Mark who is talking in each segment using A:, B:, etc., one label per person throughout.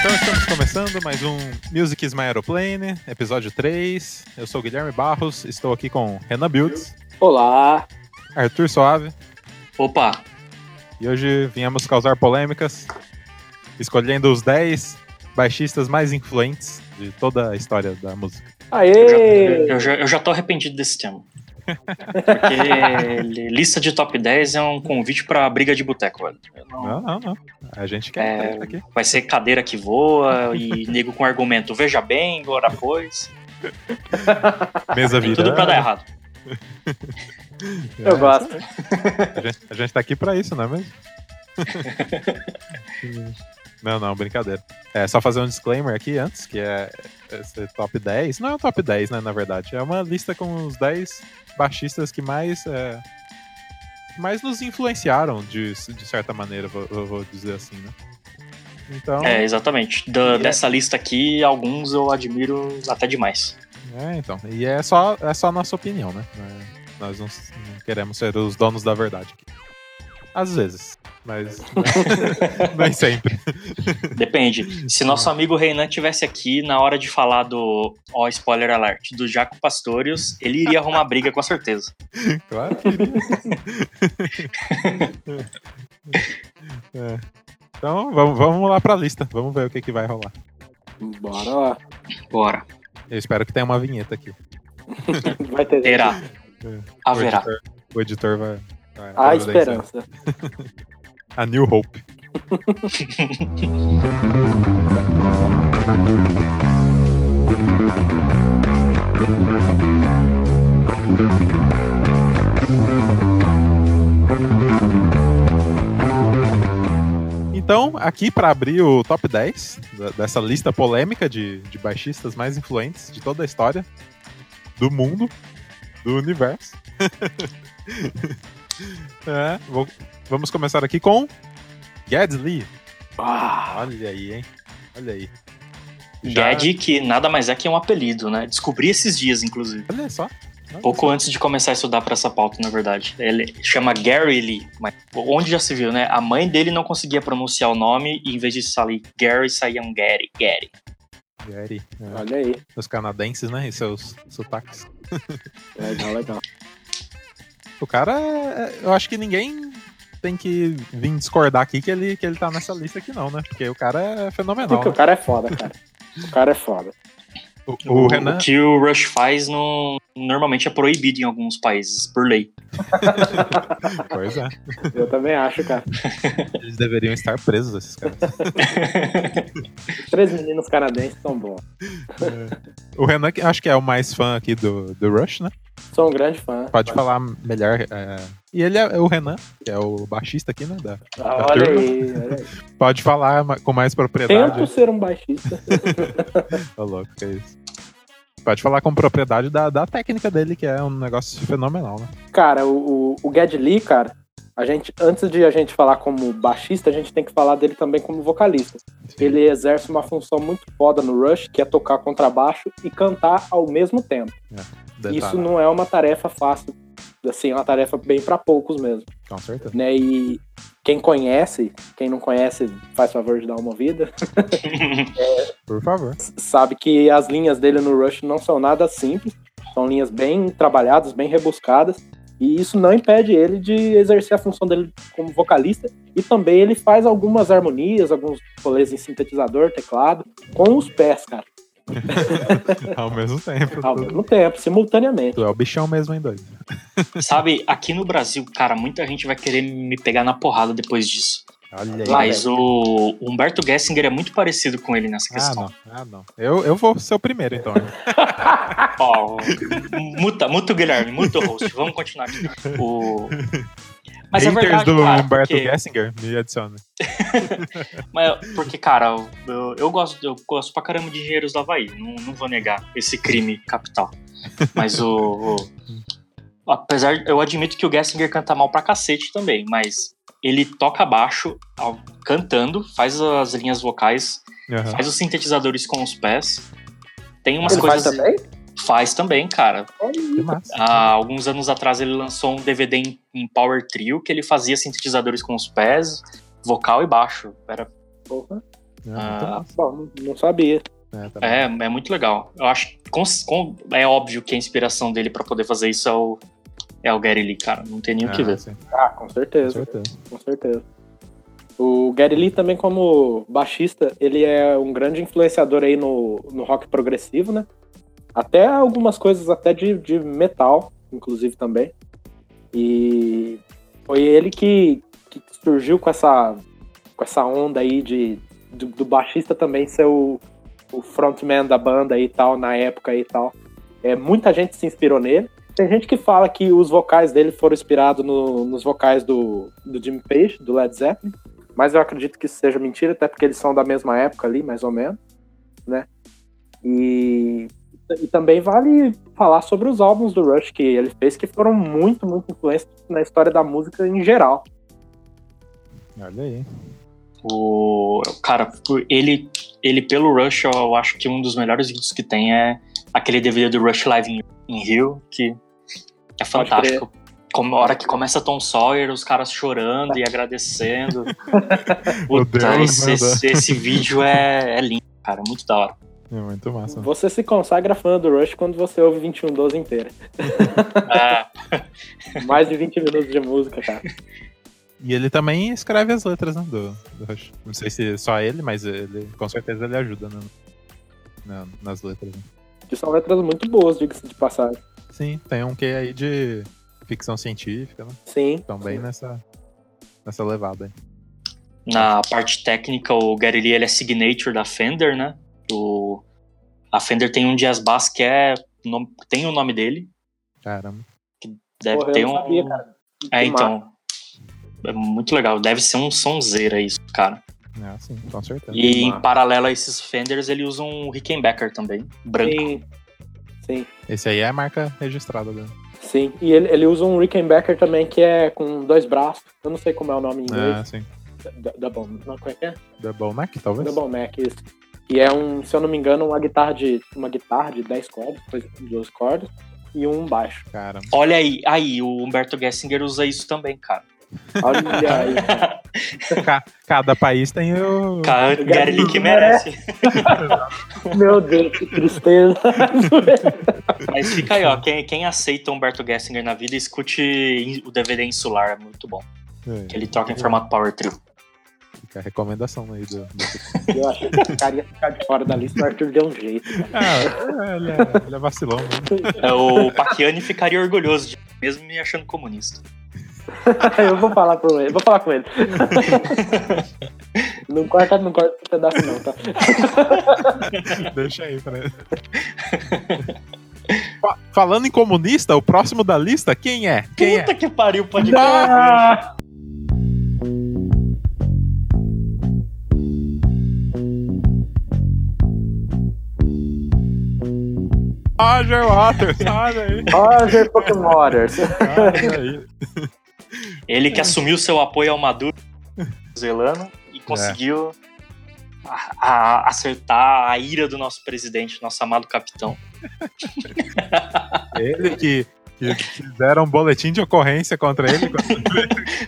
A: Então, começando mais um Music is My Aeroplane, episódio 3. Eu sou o Guilherme Barros, estou aqui com Renan Builds,
B: Olá!
A: Arthur Soave,
C: Opa,
A: e hoje viemos causar polêmicas, escolhendo os 10 baixistas mais influentes de toda a história da música.
B: Aê!
C: eu já, né? eu já tô arrependido desse tema. Porque li- lista de top 10 é um convite pra briga de boteco, velho. Eu não-
A: Não, não, não. A gente quer
C: É.
A: treta aqui.
C: Vai ser cadeira que voa e nego com argumento, veja bem, agora pois.
A: Mesa É.
C: Tem
A: virada.
C: tudo pra dar errado.
B: Eu gosto.
A: A gente, a gente tá aqui pra isso, não é mesmo? não, não, brincadeira. É só fazer um disclaimer aqui antes, que é esse top 10. Não é um top 10, né, na verdade. É uma lista com os 10 baixistas que mais, é, que mais nos influenciaram, de, de certa maneira, vou- eu vou dizer assim, né? Então,
C: É, exatamente. Da-
A: Yeah.
C: Dessa lista aqui, alguns eu admiro até demais.
A: é, então. E é só, é só a nossa opinião, né? Não é- Nós não, s- não queremos ser os donos da verdade aqui. Às vezes, mas nem sempre.
C: Depende. Se nosso amigo Reinan tivesse aqui na hora de falar do. Ó, spoiler alert, do Jaco Pastorius, ele iria arrumar briga com certeza.
A: Claro que iria. É. Então vamos, vamos lá pra lista, vamos ver o que, que vai rolar.
C: É.
B: Bora lá.
C: Bora.
A: Eu espero que tenha uma vinheta aqui.
B: Vai ter.
C: Terá. Haverá.
A: O editor, o editor vai. vai-
B: A
A: vai
C: né?
B: esperança.
A: dar A New Hope. Então, aqui para abrir o top 10 da- dessa lista polêmica de, de baixistas mais influentes de toda a história, do mundo, do universo. É, vou- vamos começar aqui com Geddes Lee.
B: Ah,
A: Olha aí, hein? Olha aí. Já-
C: Gad, que nada mais é que um apelido, né? Descobri esses dias, inclusive.
A: Olha só. Olha
C: Pouco antes de começar a estudar pra essa pauta, na verdade. Ele chama Gary Lee, mas onde já se viu, né? A mãe dele não conseguia pronunciar o nome e em vez de sair Gary, saía um Gary. Gary.
A: só. Gary, é,
B: olha aí.
A: Os canadenses, né? E seus sotaques.
B: Legal, legal.
A: O cara, é- eu acho que ninguém tem que vir discordar aqui que ele, que ele tá nessa lista aqui, não, né? Porque o cara é fenomenal.
B: Porque o
A: né?
B: cara é foda, cara. O cara é foda.
A: O, o Renan.
C: que o Rush faz não, normalmente é proibido em alguns países, por lei.
A: Pois é.
B: Eu também acho, cara.
A: Eles deveriam estar presos, esses caras.
B: Os três meninos canadenses são bons.
A: O Renan, que acho que é o mais fã aqui do, do Rush, né?
B: Sou um grande fã.
A: Pode falar melhor. é. E ele é o Renan, que é o baixista aqui, né? da-
B: Ah, olha aí, olha aí.
A: Pode falar ma- com mais propriedade.
C: né?
B: Tento ser um baixista.
A: Tá louco, que isso. Pode falar com propriedade da, da técnica dele, que é um negócio fenomenal, né?
B: Cara, o, o, o Gad Lee, cara, a gente, antes de a gente falar como baixista, a gente tem que falar dele também como vocalista. Ele exerce uma função muito foda no Rush, que é tocar contrabaixo e cantar ao mesmo tempo.
A: Detalhe,
B: Isso não é uma tarefa fácil, assim, é uma tarefa bem pra poucos mesmo,
A: Com certeza.
B: né? E quem conhece, quem não conhece, faz favor de dar uma ouvida,
A: Por favor.
B: s- sabe que as linhas dele no Rush não são nada simples, são linhas bem trabalhadas, bem rebuscadas, e isso não impede ele de exercer a função dele como vocalista, e também ele faz algumas harmonias, alguns rolês em sintetizador, teclado, com os pés, cara,
A: Ao mesmo tempo.
B: ao
A: tu,
B: mesmo tempo, simultaneamente.
A: tu é o bichão mesmo, hein, doido?
C: Sabe, aqui no Brasil, cara, muita gente vai querer me pegar na porrada depois disso.
A: Olha aí.
C: Mas o Humberto Gessinger é muito parecido com ele nessa
A: Ah,
C: questão.
A: não. Ah, não. Eu, eu vou ser o primeiro, então.
C: Ó, muta, muta o Guilherme, muta o host. Vamos continuar aqui. O... Mas é
A: Haters
C: verdade,
A: do
C: cara,
A: Humberto
C: porque,
A: Gessinger, me adiciona.
C: mas, porque, cara, eu, eu gosto, eu gosto pra caramba de Engenheiros do Havaí. Não, não vou negar esse crime capital. Mas o, o- Apesar... Eu admito que o Gessinger canta mal pra cacete também, mas... Ele toca baixo, ao- cantando, faz as linhas vocais,
A: Aham.
C: faz os sintetizadores com os pés. Tem umas
B: ele
C: coisas.
B: faz também?
C: faz também, cara.
B: Olha aí.
A: Que massa.
C: Há alguns anos atrás ele lançou um DVD em, em Power Trio que ele fazia sintetizadores com os pés, vocal e baixo. Era
B: Porra.
A: então
C: Ah,
B: Bom, não- não sabia.
A: É, tá bom.
C: é, é muito legal. Eu acho que cons- com- é óbvio que a inspiração dele pra poder fazer isso é o, é o Gary Lee, cara. Não tem nem o que
A: Ah,
C: ver.
A: sim,
B: Ah, com
A: com
B: certeza.
A: certeza.
B: Com certeza. O Gary Lee também, como baixista, ele é um grande influenciador aí no, no rock progressivo, né? Até algumas coisas até de, de metal, inclusive, também. E foi ele que, que surgiu com essa, com essa onda aí de, do, do baixista também ser o, o frontman da banda e tal, na época e tal. É, muita gente se inspirou nele. Tem gente que fala que os vocais dele foram inspirados no- nos vocais do, do Jimmy Page, do Led Zeppelin, mas eu acredito que isso seja mentira, até porque eles são da mesma época ali, mais ou menos, né? E, e também vale falar sobre os álbuns do Rush que ele fez, que foram muito, muito influentes na história da música em geral.
A: Olha aí.
C: O, cara, por- ele, ele pelo Rush, eu, eu acho que um dos melhores vídeos que tem é aquele DVD do Rush Live em, em Rio, que é fantástico. Como, a hora que começa Tom Sawyer, os caras chorando e agradecendo.
A: Meu
C: Puta,
A: Deus,
C: esse,
A: meu
C: esse, esse vídeo é, é lindo, cara. Muito da hora.
A: É muito massa.
B: Você se consagra fã do Rush quando você ouve 2112 inteira.
C: É,
B: Mais de 20 minutos de música, cara.
A: E ele também escreve as letras, né? Do, do Rush. Não sei se só ele, mas ele com certeza ele ajuda né, na- nas letras. né.
B: Que são letras muito boas, diga-se de passagem.
A: Sim, tem um que aí de ficção científica, né?
B: Sim.
A: Também nessa, nessa levada aí.
C: na parte técnica, o Gary Lee ele é signature da Fender, né? O, a Fender tem um jazz bass que é, nom- tem o nome dele.
A: Caramba.
C: Deve
B: Porra, eu
C: ter
B: não
C: um.
B: sabia, cara.
C: É,
B: Que
C: então. É muito legal. Deve ser um sonzeira isso, cara.
A: Ah, sim, com certeza.
C: E em
B: massa.
C: paralelo a esses Fenders, ele usa um Rickenbacker também, branco.
B: Sim. Sim.
A: Esse aí é a marca registrada né. dele.
B: Sim. E ele, ele usa um Rickenbacker também, que é com dois braços. Eu não sei como é o nome em inglês.
A: Ah, sim.
B: Da Double, não, como é que é?
A: Double Neck, talvez?
B: Double Mac, isso. E é um, se eu não me engano, uma guitarra de, uma guitarra de 10 cordas, coisa de 12 cordas, e um baixo.
A: Cara,
C: Olha aí, aí, o Humberto Gessinger usa isso também, cara.
A: Uhum.
B: Olha aí.
A: ca- cada país tem o.
C: Cara, o Gary Lee
A: É.
C: que
B: Obrigado.
C: merece.
B: Meu Deus, que tristeza.
C: Mas fica aí, ó. Quem, quem aceita o Humberto Gessinger na vida, escute in- o DVD Insular, é muito bom. Que ele toca em formato Power Trio.
A: É, Fica a recomendação aí do. do-
B: eu achei que o cara ia ficar de fora da lista, o Arthur deu um jeito.
A: Ah, ele é, ele é vacilão mesmo.
C: É, O Paquiani ficaria orgulhoso de mim, mesmo me achando comunista.
B: Eu vou falar pro ele, vou falar com ele. Não corta, não corta esse pedaço não, tá?
A: Deixa aí pra ele. Fa- Falando em comunista, o próximo da lista, quem é? Quem é?
C: Puta que pariu, pode
A: Roger Waters, olha aí.
B: Roger Pokémon Waters.
A: Olha aí.
C: Ele que assumiu seu apoio ao Maduro Zelano
A: É.
C: e conseguiu a- a- acertar a ira do nosso presidente, nosso amado capitão.
A: Ele que, que fizeram um boletim de ocorrência contra ele.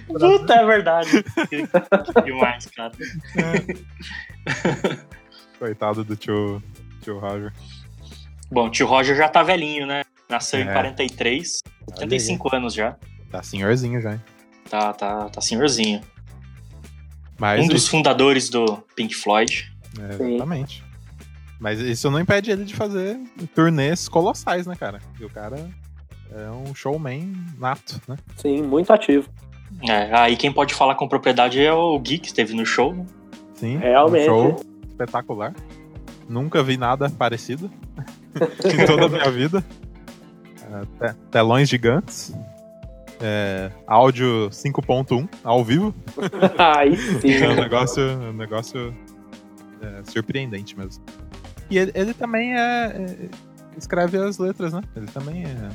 C: Puta, é verdade. Que- que Demais, cara.
A: Coitado do tio, tio Roger.
C: Bom, tio Roger já tá velhinho, né? Nasceu em
A: É.
C: 43,
A: Olha aí.
C: 75 anos já.
A: Tá senhorzinho já, hein?
C: Tá, tá, tá senhorzinho.
A: Mas
C: Um dos fundadores do Pink Floyd.
A: É, exatamente. Mas isso não impede ele de fazer turnês colossais, né, cara? E o cara é um showman nato, né?
B: Sim, muito ativo.
C: É, aí quem pode falar com propriedade é o Gui, que esteve no show. né?
A: Sim.
B: Realmente.
A: Um show espetacular. Nunca vi nada parecido em toda a minha vida. É, te- telões gigantes. É, áudio 5.1 ao vivo.
B: Aí sim.
A: É um negócio, um negócio é, surpreendente mesmo. E ele, ele também é, é, escreve as letras, né? Ele também é.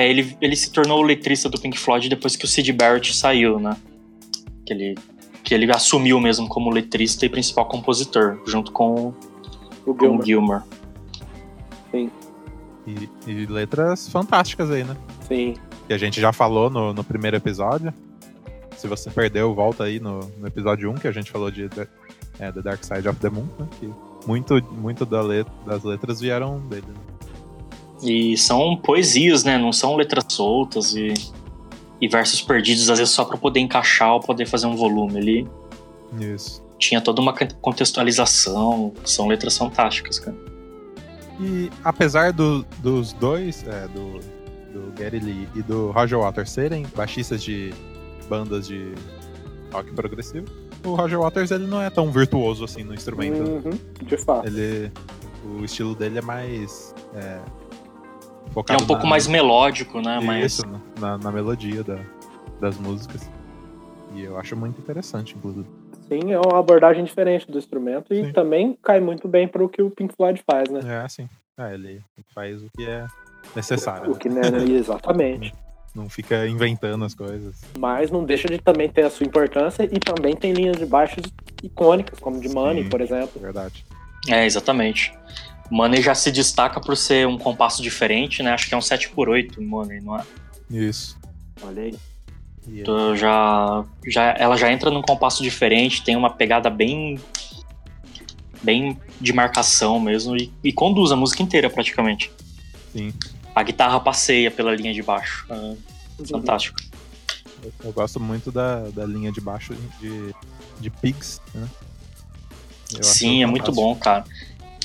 C: É, ele, ele se tornou o letrista do Pink Floyd depois que o Sid Barrett saiu, né? Que ele, que ele assumiu mesmo como letrista e principal compositor, junto com, o-
B: O
C: com o
B: Gilmore.
C: Gilmer.
A: E, e letras fantásticas aí, né?
B: Sim.
A: Que a gente já falou no, no um, primeiro episódio. Se você perdeu, volta aí no, no episódio 1, que a gente falou de, de é, The Dark Side of the Moon, né, que muito, muito da let- das letras vieram dele. né.
C: E são poesias, né? Não são letras soltas e, e versos perdidos, às vezes só pra poder encaixar ou poder fazer um volume. Ele
A: Isso.
C: tinha toda uma can- contextualização, são letras fantásticas, cara.
A: E apesar do- dos dois, é, do, do Gary Lee e do Roger Waters serem baixistas de bandas de rock progressivo, o Roger Waters ele não é tão virtuoso assim no instrumento.
C: Hum.
B: Uhum, de fato.
A: Ele, o estilo dele é mais é,
C: É
A: focado
C: um pouco
A: na-
C: mais melódico, né? Mas
A: Ah, isso, na, na melodia da- das músicas. E eu acho muito interessante, inclusive.
B: Sim, é uma abordagem diferente do instrumento e
A: Sim.
B: também cai muito bem pro que o Pink Floyd faz, né?
A: É assim. É, ele faz o que é necessário.
B: O
A: né?
B: que não é exatamente.
A: Não fica inventando as coisas.
B: Mas não deixa de também ter a sua importância e também tem linhas de baixos icônicas, como de Money,
A: Sim.
B: por exemplo.
A: Verdade.
C: é, exatamente. Money já se destaca por ser um compasso diferente, né? Acho que é um 7x8, Money, não é?
A: Isso.
B: Olha aí.
A: E é-
C: Então, já, já, ela já entra num compasso diferente, tem uma pegada bem bem de marcação mesmo e, e conduz a música inteira praticamente.
A: Sim.
C: A guitarra passeia pela linha de baixo.
A: Ah,
C: É fantástico.
A: eu gosto muito da, da linha de baixo de, de Pigs, né? Eu acho
C: Sim, é muito
A: fantástico.
C: bom, cara.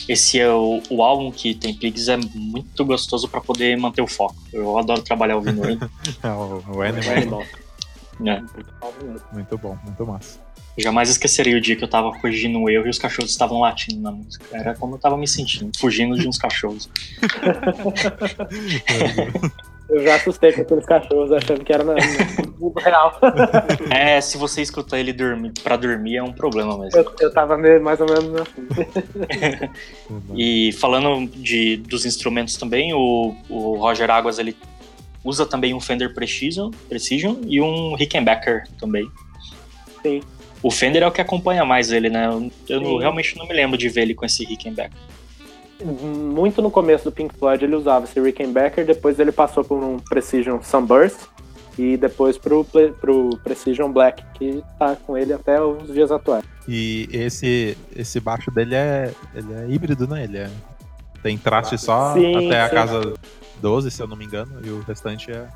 C: Esse é o, o álbum que tem Pigs é muito gostoso pra poder manter o foco. Eu adoro trabalhar ouvindo ele.
A: É, o, o Animal,
B: Animal.
C: né?
A: muito bom, muito massa.
C: Jamais esquecerei o dia que eu tava corrigindo um erro e os cachorros estavam latindo na música. Era como eu tava me sentindo, fugindo de uns cachorros.
B: Eu já assustei com aqueles cachorros achando que era na, no mundo real.
C: É, se você escutar ele dormir para dormir é um problema mesmo.
B: Eu, eu tava meio, mais ou menos assim.
C: E falando de dos instrumentos também, o, o Roger Águas ele usa também um Fender Precision, Precision e um Rickenbacker também.
B: Sim.
C: O Fender é o que acompanha mais ele, né? Eu, eu não-
B: Sim.
C: realmente não me lembro de ver ele com esse Rickenbacker.
B: Muito no começo do Pink Floyd ele usava esse Rickenbacker, depois ele passou por um Precision Sunburst e depois pro, Ple- pro Precision Black, que tá com ele até os dias atuais.
A: E esse, esse baixo dele é, ele é híbrido, né? Ele é, tem traste só
B: Sim,
A: até a
B: sim.
A: casa 12, se eu não me engano, e o restante é,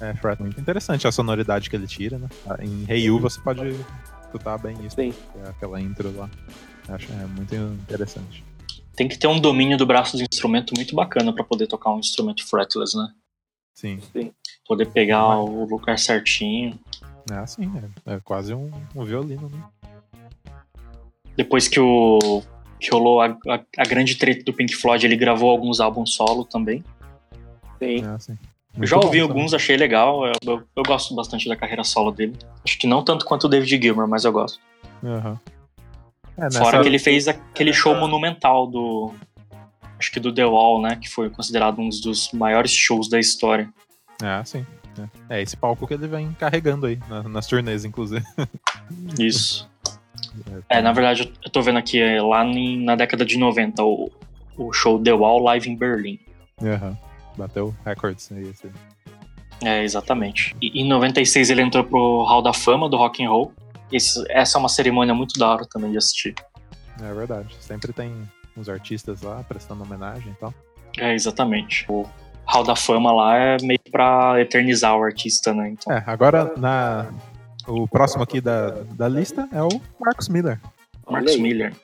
A: é fret. Muito interessante a sonoridade que ele tira, né? Ah, Em Hey You você pode escutar bem isso,
B: Sim.
A: que é aquela intro lá. Eu acho é muito interessante.
C: Tem que ter um domínio do braço do instrumento muito bacana para poder tocar um instrumento fretless, né?
A: Sim.
C: Poder pegar o lugar certinho.
A: É assim, é, é quase um, um violino, né?
C: depois que o que rolou a, a- a grande treta do Pink Floyd, ele gravou alguns álbuns solo também.
B: Sim.
A: É assim.
C: Eu já ouvi
A: Muito bom,
C: alguns, achei legal. Eu, eu- eu gosto bastante da carreira solo dele. Acho que não tanto quanto o David Gilmour, mas eu gosto.
A: sabe? Aham. É, nessa, é,
C: Fora que ele fez aquele show monumental do. Acho que do The Wall, né? Que foi considerado um dos maiores shows da história.
A: É, sim. É. É esse palco que ele vem carregando aí, na- nas turnês, inclusive.
C: Isso. É, na verdade, eu tô vendo aqui, é, lá em- na década de 90, o, o show The Wall Live em Berlim.
A: Aham. Bateu recordes aí, assim.
C: É, exatamente. E, em 96 ele entrou pro Hall da Fama do Rock and Roll. Esse- essa é uma cerimônia muito da hora também de assistir.
A: É verdade. Sempre tem uns artistas lá prestando homenagem e tal.
C: É, exatamente. O Hall da Fama lá é meio pra eternizar o artista, né? Então,
A: É, agora na. O próximo aqui da, da lista é o Marcos Miller.
C: Marcos
B: aí.
C: Miller.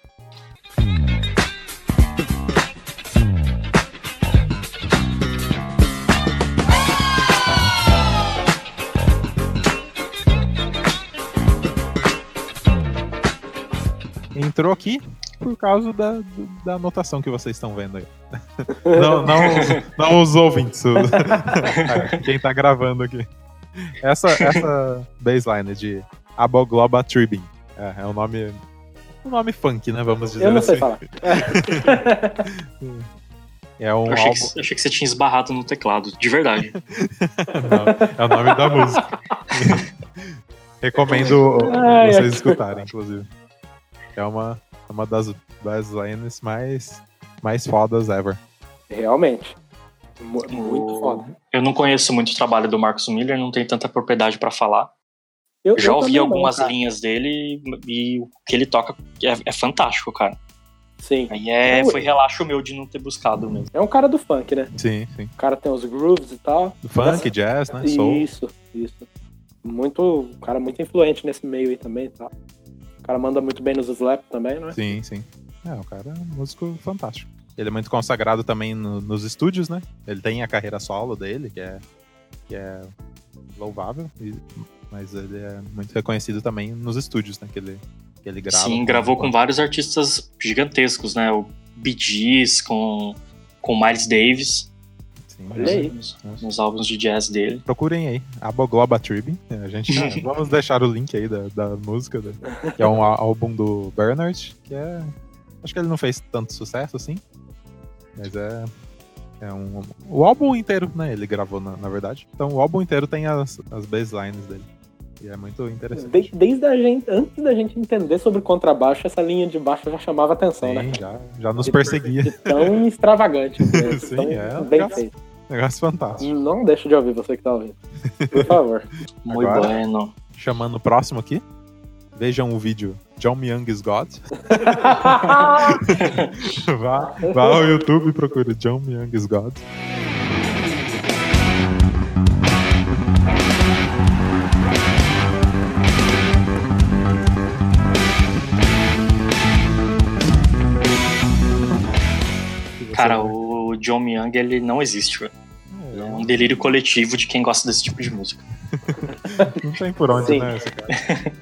A: Entrou aqui por causa da, do- da anotação que vocês estão vendo aí. Não, não, não os ouvintes. o- Quem tá gravando aqui. Essa, essa baseline de Abogloba Tribin. É, é um nome. Um nome funk, né? Vamos dizer
B: Eu não
A: assim.
B: sei falar.
A: É um
C: Eu achei,
A: álbum.
C: que, eu achei que você tinha esbarrado no teclado, de verdade.
A: Não, é o nome da música. Recomendo
B: Ai, ai.
A: vocês escutarem, inclusive. É uma, uma das baselines mais, mais fodas ever.
B: Realmente. Mu- Muito
C: O-
B: foda.
C: Eu não conheço muito o trabalho do Marcos Miller, não tenho tanta propriedade pra falar.
B: Eu,
C: Já
B: eu
C: ouvi
B: também não,
C: algumas
B: cara.
C: linhas dele e o que ele toca é, é fantástico, cara.
B: Sim.
C: Aí é,
B: Ué.
C: foi relaxo meu de não ter buscado né? mesmo.
B: É um cara do funk, né?
A: Sim, sim.
B: O cara tem os grooves e tal.
A: Funk, jazz, né? Soul.
B: Isso, isso. Muito. Um cara muito influente nesse meio aí também e tal. O cara manda muito bem nos slap também, não é?
A: Sim, sim. É, o cara é um músico fantástico. Ele é muito consagrado também no- nos estúdios, né? Ele tem a carreira solo dele, que é, que é louvável, e- mas ele é muito reconhecido também nos estúdios, né? Que ele, que ele grava.
C: Sim, gravou com vários artistas gigantescos, né? O Bee Gees, com, com Miles Davis. né?
A: Sim,
B: Olha aí.
C: Nos, nos álbuns de jazz dele.
A: Procurem aí, Abogloba Tribune. A gente ah, vamos deixar o link aí da, da música, né? que é um á- álbum do Bernard, que é. Acho que ele não fez tanto sucesso assim. Mas é. É um. O álbum inteiro, né? Ele gravou, na, na verdade. Então o álbum inteiro tem as, as baselines dele. E é muito interessante.
B: De- desde a gente, antes da gente entender sobre contrabaixo, essa linha de baixo já chamava atenção, né?
A: Sim,
B: cara?
A: já, já nos
B: De
A: perseguia.
B: Tão extravagante. né?
A: Sim,
B: tão
A: é,
B: Bem
A: legal.
B: feito.
A: Negócio fantástico.
B: Não deixa de ouvir você que tá ouvindo. Por favor.
C: Muito
A: Agora-
C: bueno.
A: Chamando o próximo aqui. Vejam o vídeo John Young's God. Vá, vá ao YouTube e procure John Young's God.
C: Cara, o John Young, ele não existe, velho.
A: É,
C: É um delírio coletivo de quem gosta desse tipo de música.
A: Não tem por onde,
B: Sim.
A: né? esse cara?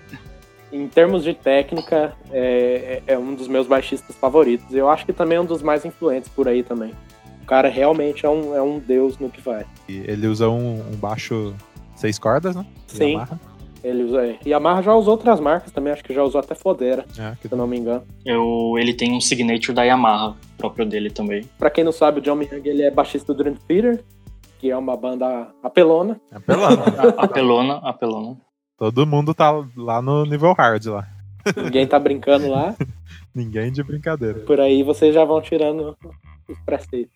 B: em termos de técnica, é, é- é um dos meus baixistas favoritos. Eu acho que também é um dos mais influentes por aí também. O cara realmente é um, é um deus no que vai.
A: E Ele usa um, um baixo seis cordas, né?
B: Sim,
A: Yamaha.
B: ele usa. é. Yamaha já usou outras marcas também, acho que já usou até Fodera,
A: É, que
B: se eu não me engano.
C: Eu, ele tem um signature da Yamaha próprio dele também.
B: Pra quem não sabe, o John Young ele é baixista do Dream Theater, que é uma banda apelona.
A: é apelando, né?
C: A- Apelona, apelona.
A: Todo mundo tá lá no nível hard lá.
B: Ninguém tá brincando lá.
A: Ninguém de brincadeira.
B: Por aí vocês já vão tirando os preceitos.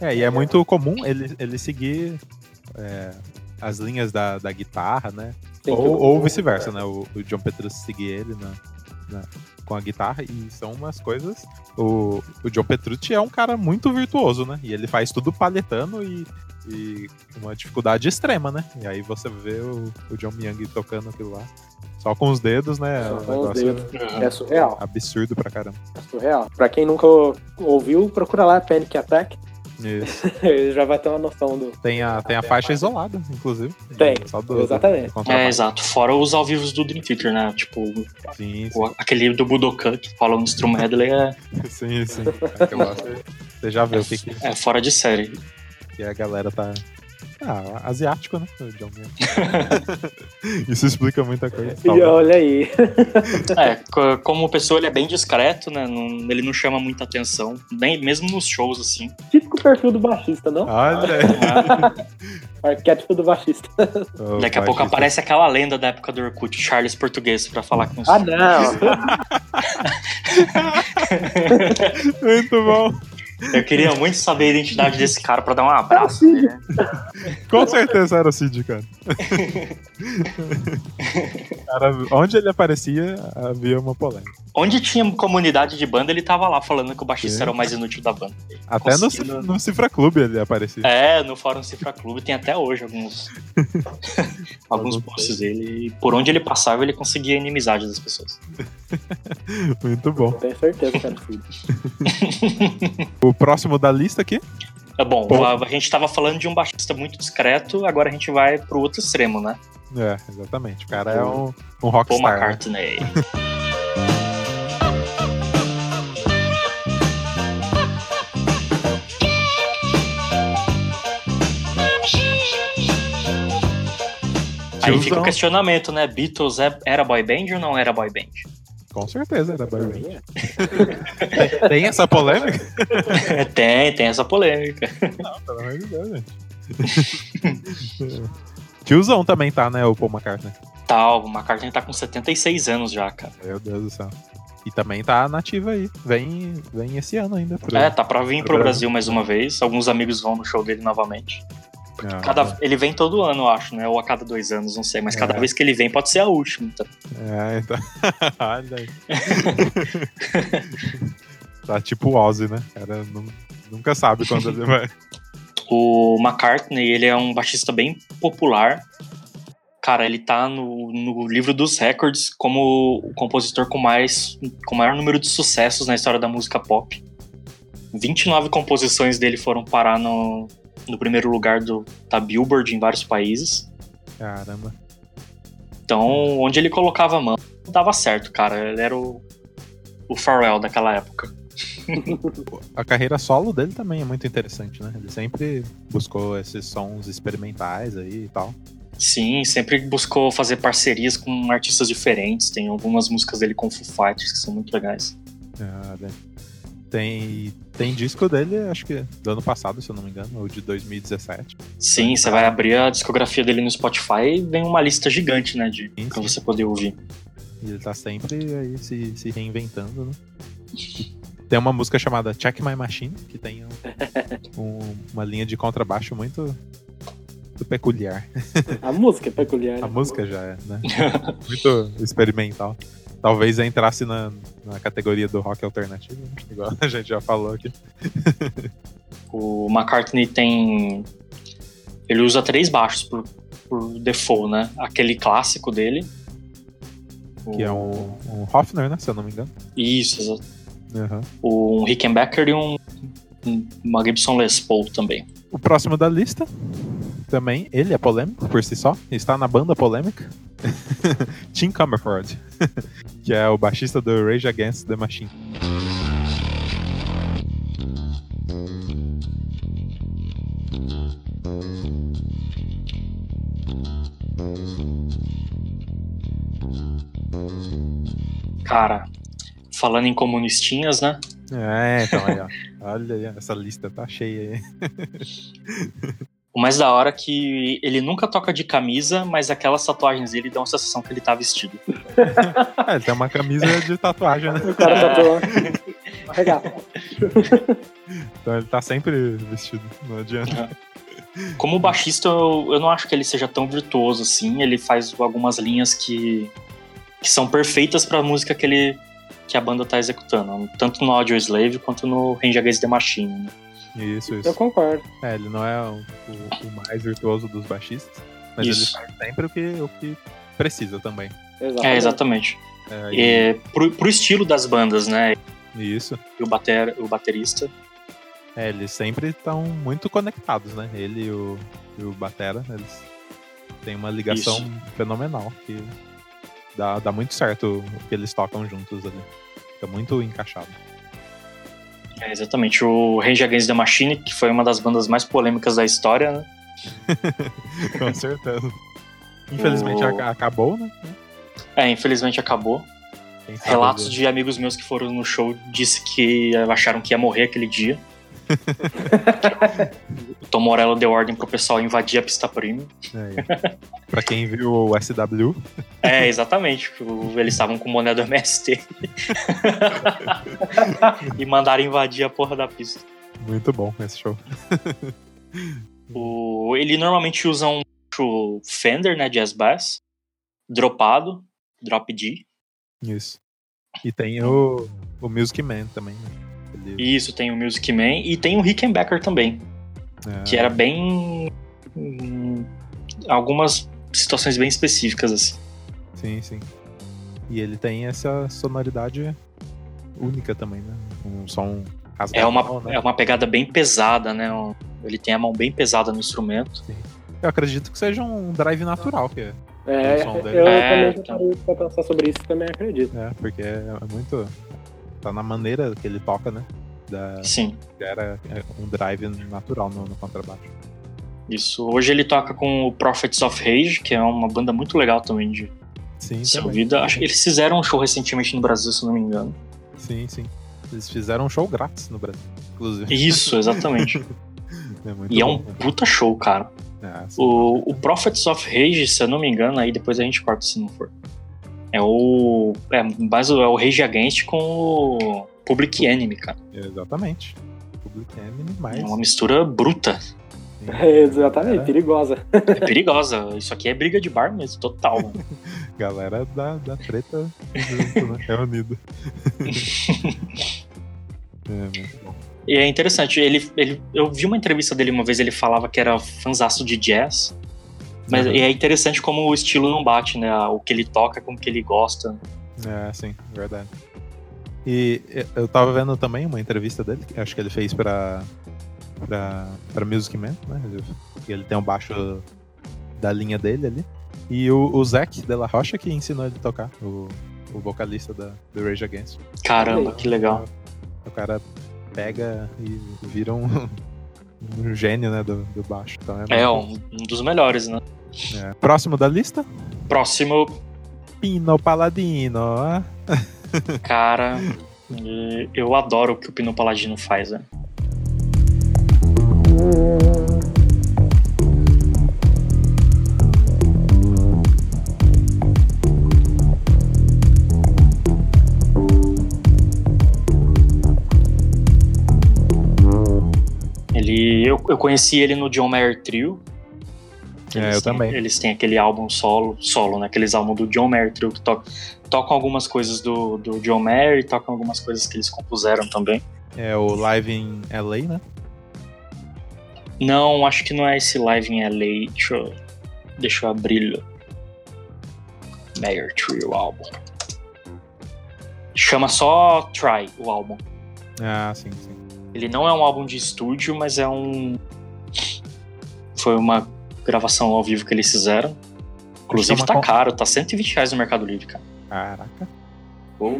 A: É, e é muito comum ele, ele seguir é, as linhas da, da guitarra, né?
B: Tem que-
A: ou ou vice-versa, né? O, o John Petrucci seguir ele na, na- com a guitarra. E são umas coisas. O, o John Petrucci é um cara muito virtuoso, né? E ele faz tudo palhetando e, e uma dificuldade extrema, né? E aí você vê o, o John Young tocando aquilo lá. Só com os dedos, né? É
B: Só
A: um
B: com os
A: negócio né?
B: dedos. É surreal,
A: absurdo pra caramba.
B: é surreal. Pra quem nunca ouviu, procura lá Panic Attack.
A: Isso.
B: Ele já vai ter uma noção do.
A: Tem a, tem a faixa isolada, inclusive.
B: Tem,
A: Só né? do,
B: Exatamente.
A: do contrabaixo.
C: É, exato. Fora os ao vivos do Dream Theater, né? Tipo,
A: Sim,
C: o- aquele do Budokan que fala um Strum Medley é,
A: sim, sim. É que eu gosto. Você já vê o que, que
C: é fora de série.
A: E a galera tá. Ah, asiático, né? O John Mayer. Isso explica muita coisa.
B: E
A: Talvez.
B: olha aí.
C: É, co- como pessoa ele é bem discreto, né? Não- ele não chama muita atenção, nem mesmo nos shows, assim.
B: Típico perfil do baixista, não?
A: Olha aí.
B: Arquétipo do baixista.
A: Ô,
C: Daqui a pouco
A: baixista.
C: aparece aquela lenda da época do Orkut, Charles Português, pra falar com os...
B: Ah, não.
A: Muito bom.
C: Eu queria muito saber a identidade desse cara pra dar um abraço nele. né?
A: Com certeza era o Cid, cara. Cara, Onde ele aparecia, havia uma polêmica.
C: Onde tinha comunidade de banda, ele tava lá falando que o baixista
A: Sim.
C: era o mais inútil da banda.
A: Até no,
C: Conseguindo-
A: no Cifra Clube ele aparecia.
C: É, no Fórum Cifra Clube tem até hoje alguns alguns posts dele. E por onde ele passava, ele conseguia a inimizade das pessoas.
A: Muito bom.
B: Tenho certeza que é assim. era filho.
A: O próximo da lista aqui.
C: É bom,
A: Bom.
C: a, a gente tava falando de um baixista muito discreto, agora a gente vai pro outro extremo, né?
A: É, exatamente. O cara é
C: Bom.
A: um, um
C: Paul
A: rockstar. né?
C: McCartney. Aí fica
A: Tiozão.
C: o questionamento, né? Beatles é- era boy band ou não era boy band?
A: Com certeza era boy band. Tem essa polêmica?
C: tem, tem essa polêmica.
A: Pelo amor de Deus, gente. Tiozão também tá, né, o Paul McCartney.
C: Tal, o McCartney tá com 76 anos já, cara.
A: Meu Deus do céu. E também tá nativa aí. Vem, vem esse ano ainda. pro- Ah,
C: É, tá pra vir
A: Pro
C: pro
A: Brasil.
C: Brasil mais uma vez. Alguns amigos vão no show dele novamente.
A: Ah,
C: tá Cada- ele vem todo ano, eu acho, né? Ou a cada dois anos, não sei. Mas cada
A: É.
C: vez que ele vem pode ser a última. Então.
A: É, então. Olha aí. tá tipo o Ozzy, né? O cara nu- nunca sabe quando ele vai.
C: O McCartney, ele é um baixista bem popular. Cara, ele tá no, no livro dos recordes como o compositor com mais com o maior número de sucessos na história da música pop. 29 composições dele foram parar no, no primeiro lugar do, da Billboard em vários países.
A: Caramba.
C: Então, onde ele colocava a mão, dava certo, cara. Ele era o, o Pharrell daquela época.
A: A carreira solo dele também é muito interessante, né? Ele sempre buscou esses sons experimentais aí e tal.
C: Sim, sempre buscou fazer parcerias com artistas diferentes. Tem algumas músicas dele com Foo Fighters que são muito legais.
A: Ah, bem. Tem, tem disco dele, acho que do ano passado, se eu não me engano, ou de 2017.
C: Sim, você vai abrir a discografia dele no Spotify e vem uma lista gigante, né, de
A: Sim,
C: para
A: sim.
C: você poder ouvir.
A: E ele tá sempre aí se, se reinventando, né? Tem uma música chamada Check My Machine, que tem um- um- uma linha de contrabaixo muito, muito peculiar.
B: A música é peculiar.
A: A
B: né?
A: música já é, né? Muito experimental. Talvez entrasse na, na categoria do rock alternativo, né? igual a gente já falou aqui.
C: O McCartney tem ele usa três baixos por, por default, né? Aquele clássico dele,
A: Que é um, um Hofner, né? Se eu não me engano.
C: isso, exato.
A: Aham.
C: um Rickenbacker e um uma Gibson Les Paul também.
A: O próximo da lista também, ele é polêmico por si só, está na banda polêmica. Tim Comerford, que é o baixista do Rage Against the Machine.
C: Cara, falando em comunistinhas, né?
A: É, então aí, ó. Olha aí, essa lista tá cheia aí.
C: O mais da hora é que ele nunca toca de camisa, mas aquelas tatuagens dele dão a sensação que ele tá vestido.
A: Ah, ele tem uma camisa de tatuagem, né?
B: O cara tá falando. Regata.
A: Então ele tá sempre vestido, não adianta.
C: Como baixista, eu, eu não acho que ele seja tão virtuoso assim. Ele faz algumas linhas que, que são perfeitas pra música que ele que a banda tá executando, tanto no Audio Slave quanto no Range Against the Machine. né?
A: Isso,
B: Eu
A: isso.
B: concordo.
A: É, ele não é o, o- o mais virtuoso dos baixistas, mas ele
C: Isso.
A: faz sempre o que, o que precisa também.
B: Exatamente.
C: É, exatamente.
A: É, e-
C: É, pro, pro estilo das bandas, né?
A: Isso.
C: E o, bater, o baterista.
A: É, eles sempre estão muito conectados, né? Ele e o, e o Batera, eles têm uma ligação fenomenal que dá, dá muito certo o que eles tocam juntos ali. Fica muito encaixado.
C: É, exatamente. O Range Against the Machine, que foi uma das bandas mais polêmicas da história, né?
A: Com certeza. Infelizmente
C: O-
A: a- acabou, né?
C: É, infelizmente acabou.
A: Quem sabe
C: Relatos
A: de-
C: de amigos meus que foram no show disse que acharam que ia morrer aquele dia. o Tom Morello deu ordem pro pessoal invadir a pista premium.
A: É, é. pra quem viu o SW,
C: É, exatamente. o- Eles estavam com boné do MST. e mandaram invadir a porra da pista.
A: muito bom esse show.
C: O, ele normalmente usa um baixo Fender, né, Jazz Bass, dropado, Drop D.
A: Isso. E tem o, o Music Man também, né? Ele-
C: E Isso, tem o Music Man e tem o Rickenbacker também.
A: é,
C: que era bem hum, algumas situações bem específicas assim.
A: Sim, sim. E ele tem essa sonoridade única também, né? Um som
C: É uma,
A: rasgadão, né?
C: é uma pegada bem pesada, né? Um- Ele tem a mão bem pesada no instrumento. é
A: Eu acredito que seja um drive natural, que é,
B: É,
A: O som dele.
B: eu
C: É,
B: também já
C: então.
B: parei pra pensar sobre isso também acredito.
A: é, porque é muito. Tá na maneira que ele toca, né? Da,
C: Sim,
A: era é, um drive natural no, no contrabaixo.
C: isso. Hoje ele toca com o Prophets of Rage, que é uma banda muito legal também de
A: Sim,
C: ser
A: também.
C: ouvida. Acho que eles fizeram um show recentemente no Brasil, se eu não me engano.
A: Sim, sim. Eles fizeram um show grátis no Brasil, inclusive.
C: Isso, exatamente.
A: É muito
C: e é um
A: bom, né?
C: puta show, cara.
A: É, sim.
C: O, o Prophets of Rage, se eu não me engano, aí depois a gente corta se não for. É o. É, mais o- é o Rage Against com o Public Enemy, cara. um
A: Exatamente. Public Enemy, mas.
C: É uma mistura bruta.
A: sim. assim.
B: É, exatamente,
A: Era-
B: perigosa.
C: É perigosa. Isso aqui é briga de bar mesmo, total. mano.
A: Galera da, da treta junto, né? Reunido. é, mano.
C: E é interessante, ele, ele, eu vi uma entrevista dele uma vez, ele falava que era fanzaço de jazz. Mas
A: Uhum.
C: e é interessante como o estilo não bate, né? O que ele toca com o que ele gosta.
A: É, sim, verdade. E eu tava vendo também uma entrevista dele, que acho que ele fez pra, pra, pra Music Man, né? E Ele tem um baixo da linha dele ali. E o, o Zac de la Rocha que ensinou ele a tocar, o, o vocalista da, do Rage Against.
C: Caramba, que legal.
A: O cara pega e vira um, um gênio, né, do, do baixo. Então é
C: É
A: muito-
C: um, um dos melhores, né?
A: é. Próximo da lista,
C: Próximo,
A: Pino Paladino. ah.
C: cara. e Eu adoro o que o Pino Paladino faz, né? Ele, eu, eu conheci ele no John Mayer Trio.
A: É,
C: Eles
A: eu
C: têm-
A: também.
C: Eles têm aquele álbum solo, solo né? Aqueles álbuns do John Mayer Trio que to- tocam algumas coisas do, do John Mayer e tocam algumas coisas que eles compuseram também.
A: É o Live em LA, né?
C: Não, acho que não é esse live em LA. Deixa eu, deixa eu abrir. Mayer Trio álbum. Chama só Try o álbum.
A: Ah, sim, sim.
C: Ele não é um álbum de estúdio, mas é um. Foi uma gravação ao vivo que eles fizeram. Inclusive
A: Chama
C: tá
A: com-
C: caro, tá 120 reais no Mercado Livre, cara.
A: é Caraca.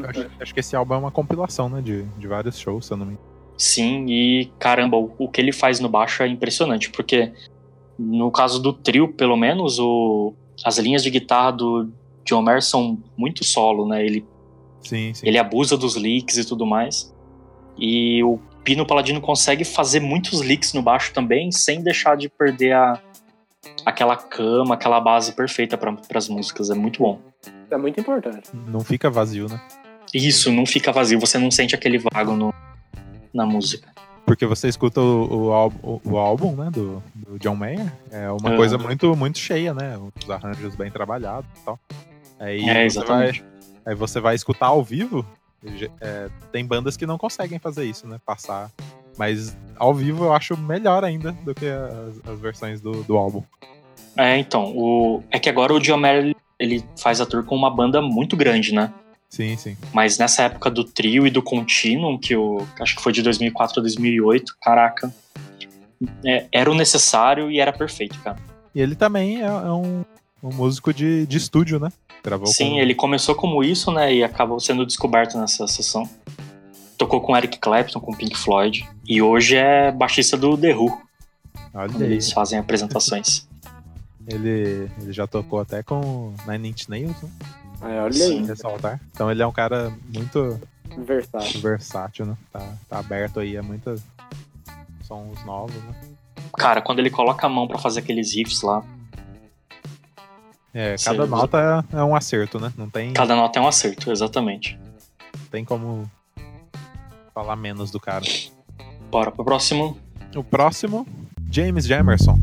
A: Acho, acho que esse álbum é uma compilação, né? De, de vários shows, se eu não me engano.
C: Sim, e caramba, o, o que ele faz no baixo é impressionante, porque no caso do trio, pelo menos, o, as linhas de guitarra do John Mayer são muito solo, né? Ele,
A: Sim, sim.
C: ele abusa dos leaks e tudo mais. E o Pino Paladino consegue fazer muitos leaks no baixo também, sem deixar de perder a, aquela cama, aquela base perfeita para as músicas. É muito bom.
B: É muito importante.
A: Não fica vazio, né?
C: E isso não fica vazio, você não sente aquele vago no, na música.
A: Porque você escuta o, o, álbum- o, o álbum, né? Do, do John Mayer. É uma
C: Aham.
A: coisa muito, muito cheia, né? Os arranjos bem trabalhados e tal. Aí,
C: É,
A: você
C: exatamente.
A: vai, aí você vai escutar ao vivo. ge- é, tem bandas que não conseguem fazer isso, né? Passar. Mas ao vivo eu acho melhor ainda do que as, as versões do, do álbum.
C: É, então, o... é que agora o Diomer ele faz a tour com uma banda muito grande, né?
A: Sim, sim.
C: Mas nessa época do trio e do Continuum, que eu acho que foi de 2004 a 2008, caraca, é, era o necessário e era perfeito, cara.
A: E ele também é, é um, um músico de, de estúdio, né? Gravou
C: Sim,
A: com-
C: ele começou como isso, né, e acabou sendo descoberto nessa sessão. Tocou com Eric Clapton, com Pink Floyd, e hoje é baixista do The Who, quando
A: Olha aí.
C: eles fazem apresentações.
A: Ele, ele já tocou até com Nine Inch Nails, né?
B: É, olha
C: Sim.
B: aí,
A: ressaltar. Então ele é um cara muito
B: versátil.
A: versátil, né? Tá, tá aberto aí a muitos sons novos, né?
C: Cara, quando ele coloca a mão pra fazer aqueles riffs lá,
A: É,
C: Sim.
A: cada nota é um acerto, né? Não tem,
C: cada nota é um acerto, exatamente.
A: não tem como falar menos do cara.
C: Bora pro próximo.
A: O próximo, James Jamerson.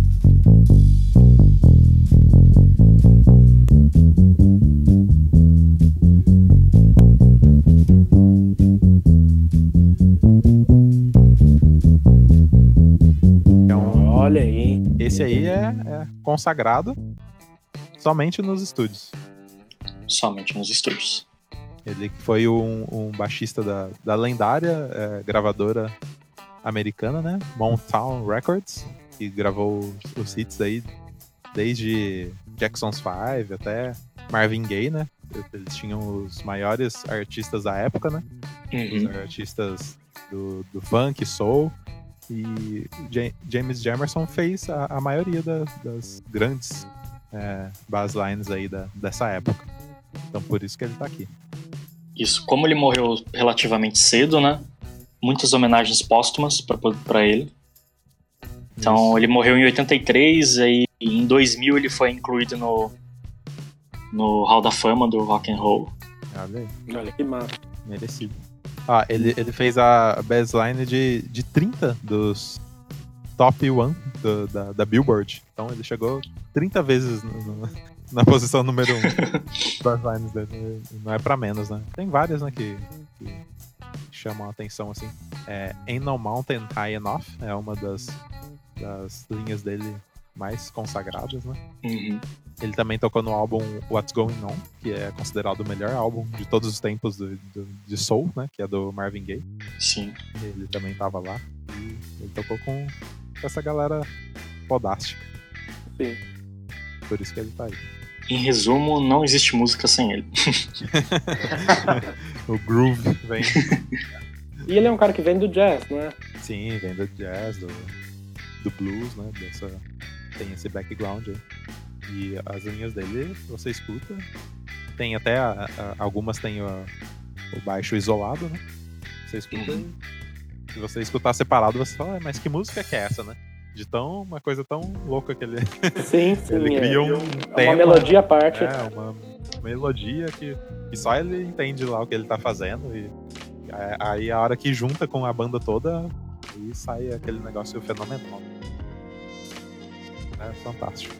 A: É um-
B: Olha aí.
A: Esse aí é, é consagrado somente nos estúdios.
C: Somente nos estúdios.
A: Ele que foi um, um baixista da, da lendária é, gravadora americana, né? Motown Records, que gravou os, os hits aí desde Jackson's Five até Marvin Gaye, né? Eles tinham os maiores artistas da época, né? Os artistas do, do funk, soul. E Ja- James Jamerson fez a, a maioria da- das grandes é, basslines aí da- dessa época. Então por isso que ele tá aqui.
C: Isso. Como ele morreu relativamente cedo, né? Muitas homenagens póstumas pra- pra ele. Então, ele morreu em 83, aí em 2000 ele foi incluído no, no Hall da Fama do Rock and Roll.
A: Olha aí,
B: Olha que massa.
A: merecido. Ah, ele, ele fez a baseline de, de 30 dos top 1 do- da, da Billboard. Então ele chegou 30 vezes no- no- na posição número 1 das lines dele. Não é pra menos, né? Tem várias, né, que, que chamam a atenção, assim. É, Ain't No Mountain High Enough é uma das, das linhas dele mais consagradas, né?
C: Uhum.
A: Ele também tocou no álbum What's Going On, que é considerado o melhor álbum de todos os tempos do- do- de Soul, né? Que é do Marvin Gaye.
C: Sim.
A: Ele também tava lá. E ele tocou com com essa galera podástica.
B: Sim.
A: Por isso que ele tá aí.
C: Em resumo, não existe música sem ele.
A: O groove vem.
B: E ele é um cara que vem do jazz, né?
A: Sim, vem do jazz, do, do blues, né? Dessa, tem esse background aí. E as linhas dele você escuta. Tem até a- a- algumas tem o, o baixo isolado, né? Você escuta.
C: Uhum.
A: Se você escutar separado, você fala, "Ah, mas que música que é essa, né? De tão, uma coisa tão louca que ele,
B: Sim, sim.
A: ele
B: é.
A: cria um
B: É uma
A: tema.
B: melodia à parte.
A: É, uma melodia que, que só ele entende lá o que ele tá fazendo. E a- aí a hora que junta com a banda toda, aí sai aquele negócio fenomenal. É fantástico.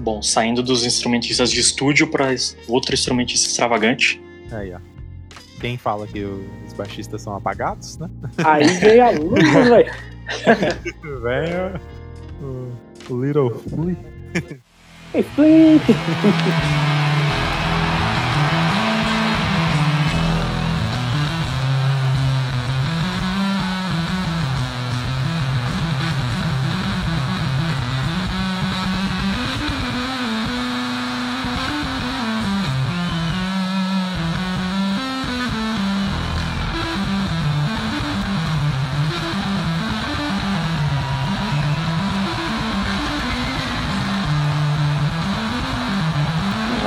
C: Bom, saindo dos instrumentistas de estúdio para outro instrumentista extravagante.
A: Aí, ó. Quem fala que os baixistas são apagados, né?
B: Aí veio a luz, velho.
A: Vem o, o Little Flea.
B: Ei, Flip!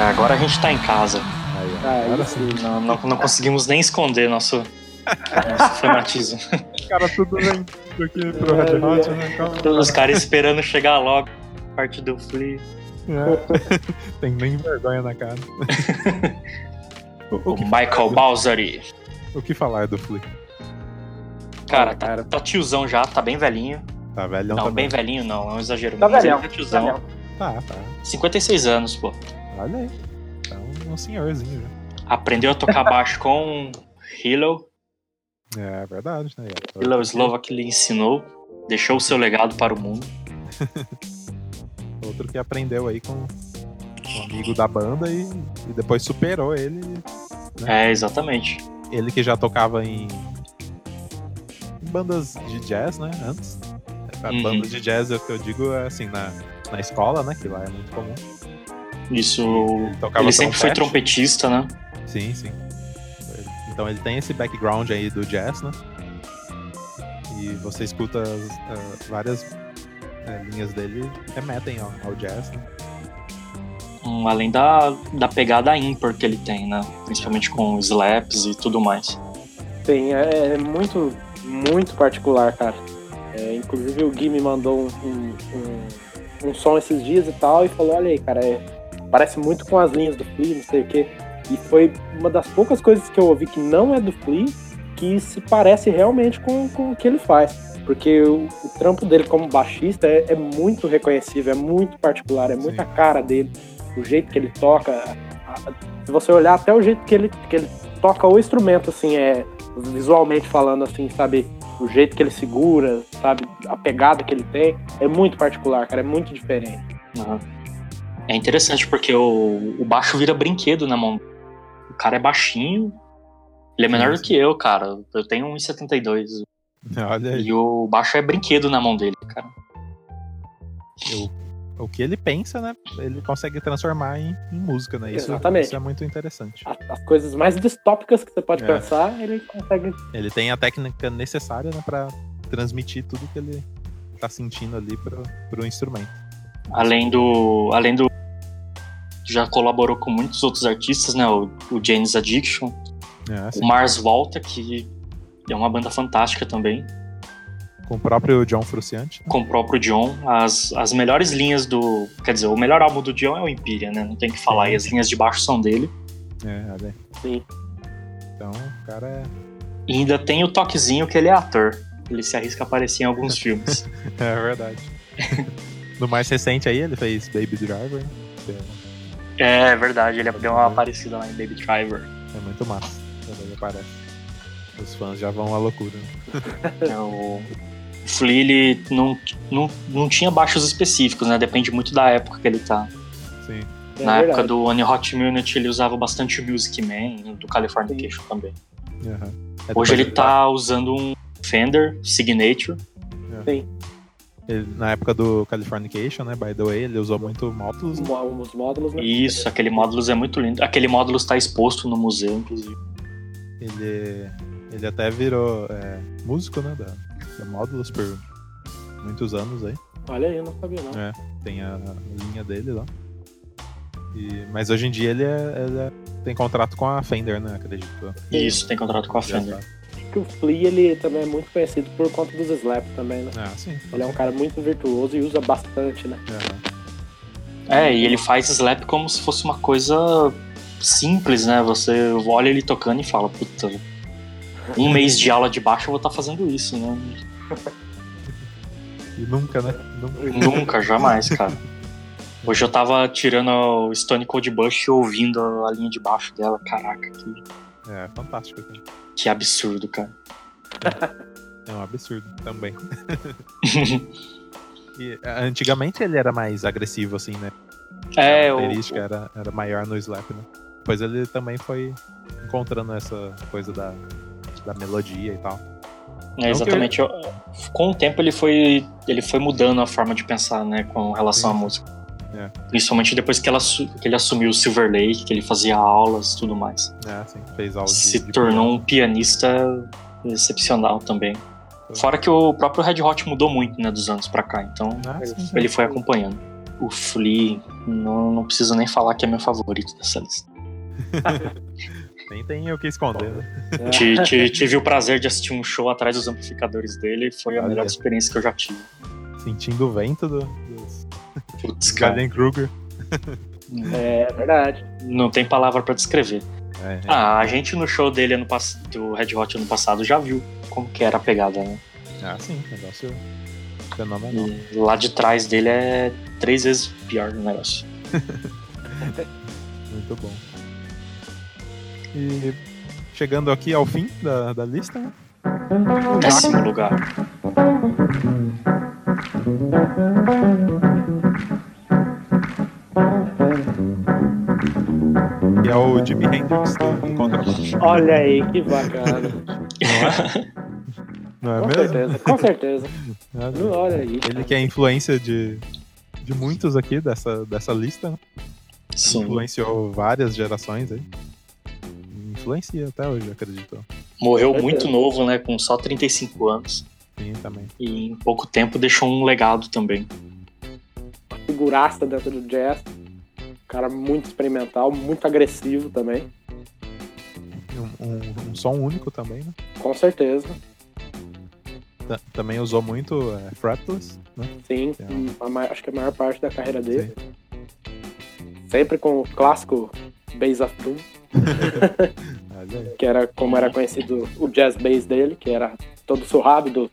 C: Agora a gente tá em casa.
A: Aí, ó.
B: Aí
A: Agora
B: sim.
C: Não, não- não conseguimos nem esconder nosso, nosso fanatismo.
A: Os caras tudo vem aqui pro Red Hot, né? Calma.
C: Os caras esperando chegar logo. Parte do Flea.
A: É. Tem nem vergonha na cara. o,
C: O
A: o que,
C: Michael Balsari.
A: o que falar é do Flea?
C: Cara,
B: Ah,
C: tá,
B: cara.
C: tá tiozão já, tá bem velhinho.
A: Tá velhão
C: Não,
A: também.
C: bem velhinho não, é um exagero.
B: Tá
C: mas
B: velhão,
C: ele Tá tiozão.
B: tá
A: 大反
C: 56 anos, pô.
A: Olha aí. Tá um, um senhorzinho já.
C: Aprendeu a tocar baixo com Hilo.
A: É verdade, né? E
C: Hilo Slovak lhe ensinou. Deixou o seu legado para o mundo.
A: Outro que aprendeu aí com um amigo da banda e, e depois superou ele.
C: É, exatamente.
A: Ele que já tocava em, em bandas de jazz, né? Antes. A
C: Uhum.
A: Bandas de jazz é o que eu digo é assim, na, na escola, né? Que lá é muito comum.
C: Isso.
A: Ele tocava
C: ele sempre foi
A: trompete.
C: trompetista, né?
A: Sim, sim. Então ele tem esse background aí do jazz, né? E você escuta as, eh, várias eh, linhas dele remetem ao, ao jazz, né?
C: Hum, além da, da pegada ímpar que ele tem, né? Principalmente com slaps e tudo mais.
B: Sim, é, é muito, muito particular, cara. É, inclusive o Gui me mandou um, um, um- um som esses dias e tal, e falou, olha aí, cara, é- parece muito com as linhas do Flea, não sei o quê. E foi uma das poucas coisas que eu ouvi que não é do Flea, que se parece realmente com, com o que ele faz. Porque o, o trampo dele como baixista é, é muito reconhecível, é muito particular, é muito
A: Sim.
B: a cara dele, o jeito que ele toca. a- a- se você olhar até o jeito que ele, que ele toca o instrumento, assim, é visualmente falando, assim, sabe? O jeito que ele segura, sabe? A pegada que ele tem. É muito particular, cara. É muito diferente.
C: Aham. É interessante porque o, o baixo vira brinquedo na mão. O cara é baixinho. Ele é menor
A: Sim,
C: do que eu, cara. Eu tenho 1,72.
A: Olha aí.
C: E o baixo é brinquedo na mão dele, cara.
A: O, o que ele pensa, né? Ele consegue transformar em, em música, né? Isso,
B: Exatamente.
A: isso é muito interessante.
B: As, as coisas mais distópicas que você pode
A: É.
B: pensar, ele consegue.
A: Ele tem a técnica necessária né, para transmitir tudo que ele tá sentindo ali pro, pro instrumento.
C: Além do. Além do. Já colaborou com muitos outros artistas, né? O, o James Addiction,
A: É, assim,
C: o Mars Volta, que é uma banda fantástica também.
A: com o próprio John Frusciante.
C: Com o próprio John. As, as melhores linhas do. Quer dizer, o melhor álbum do John é o Empyrean, né? Não tem o que falar. E as linhas de baixo são dele.
A: É, olha aí.
B: Sim.
A: Então, o cara é.
C: E ainda tem o toquezinho que ele é ator. Ele se arrisca a aparecer em alguns filmes.
A: É verdade. no mais recente aí, ele fez Baby Driver. que É,
C: É verdade, ele deu uma aparecida lá em Baby Driver.
A: é muito massa. Quando ele aparece. Os fãs já vão à loucura. né?
C: É, o o Flea, ele não, não, não tinha baixos específicos, né? Depende muito da época que ele tá.
A: Sim.
B: É
C: Na época
B: verdade.
C: do One Hot Minute, ele usava bastante o Music Man, do Californication também.
A: Aham. É, depois
C: Hoje ele tá usando um Fender Signature.
A: ele- na época do Californication, né? By the way, ele usou muito Motus.
B: Os mó- os módulos, né?
C: Isso, aquele módulo é muito lindo. Aquele módulo está exposto no museu, inclusive.
A: Ele, ele até virou é, músico, né? Da, da Modulus por muitos anos aí.
B: Olha aí, eu não sabia, não.
A: É. Tem a linha dele lá. E- mas hoje em dia ele, é- ele é- tem contrato com a Fender, né? Acredito.
C: E isso tem contrato com a Fender.
B: Acho que o Flea, ele também é muito conhecido por conta dos slaps também, né?
A: Ah, sim.
B: Ele é um cara muito virtuoso e usa bastante, né?
A: Aham.
C: É, e ele faz slap como se fosse uma coisa simples, né? Você olha ele tocando e fala, puta, um mês de aula de baixo eu vou estar fazendo isso, né?
A: E nunca, né? Nunca.
C: Nunca, jamais, cara. Hoje eu tava tirando o Stone Cold Bush e ouvindo a linha de baixo dela. Caraca, que,
A: É fantástico. cara.
C: que absurdo, cara.
A: É um absurdo também. E, é, antigamente ele era mais agressivo, assim, né?
C: É,
A: a
C: o,
A: característica era, era maior no slap, né? Depois ele também foi encontrando essa coisa da, da melodia e tal.
C: é, exatamente. eu- com o tempo ele foi, ele foi mudando a forma de pensar, né, com relação à
A: Sim.
C: música.
A: É.
C: Principalmente depois que, ela, assu- que ele assumiu o Silver Lake, que ele fazia aulas e tudo mais.
A: É, assim, fez aula de-
C: se
A: de
C: tornou um pianista excepcional também. Fora que o próprio Red Hot mudou muito, né, dos anos pra cá, então
A: Ah,
C: ele-
A: sim, sim.
C: ele foi acompanhando. O Flea, não, não preciso nem falar que é meu favorito dessa lista.
A: Nem tem o que esconder, né?
C: Ti- ti- tive o prazer de assistir um show atrás dos amplificadores dele, foi a
A: Olha.
C: melhor experiência que eu já tive.
A: Sentindo o vento do, dos
C: Putz, cara,
A: Galen Kruger.
B: É verdade.
C: não tem palavra pra descrever.
A: É, é.
C: Ah, a gente no show dele ano pass- do Red Hot ano passado já viu como que era a pegada, né?
A: Ah, sim, negócio é fenomenal.
C: E lá de trás dele é três vezes pior o negócio.
A: Muito bom. E chegando aqui ao fim da, da lista, né?
C: décimo lugar.
A: que é o Jimi Hendrix do,
B: Uhum.
A: do contrabaixo.
B: Olha aí, que bacana.
A: Não é
B: com
A: mesmo?
B: certeza, com certeza.
A: Não é mesmo?
B: Não, Olha aí. cara.
A: Ele que é a influência de, de muitos aqui dessa, dessa lista, né?
C: Sim.
A: influenciou várias gerações aí. Influencia até hoje, acredito.
C: Morreu muito novo, né? Com só 35 anos.
A: Sim, também.
C: E em pouco tempo deixou um legado também.
B: figuraça dentro do jazz. Um cara muito experimental, muito agressivo também,
A: Um, um, um som único também, né?
B: com certeza.
A: Ta- também usou muito é, fretless, né?
B: Sim,
A: É.
B: a ma- acho que a maior parte da carreira dele. Sempre com o clássico Bass of Doom,
A: Olha aí.
B: que era como era conhecido o jazz bass dele, que era todo surrado do,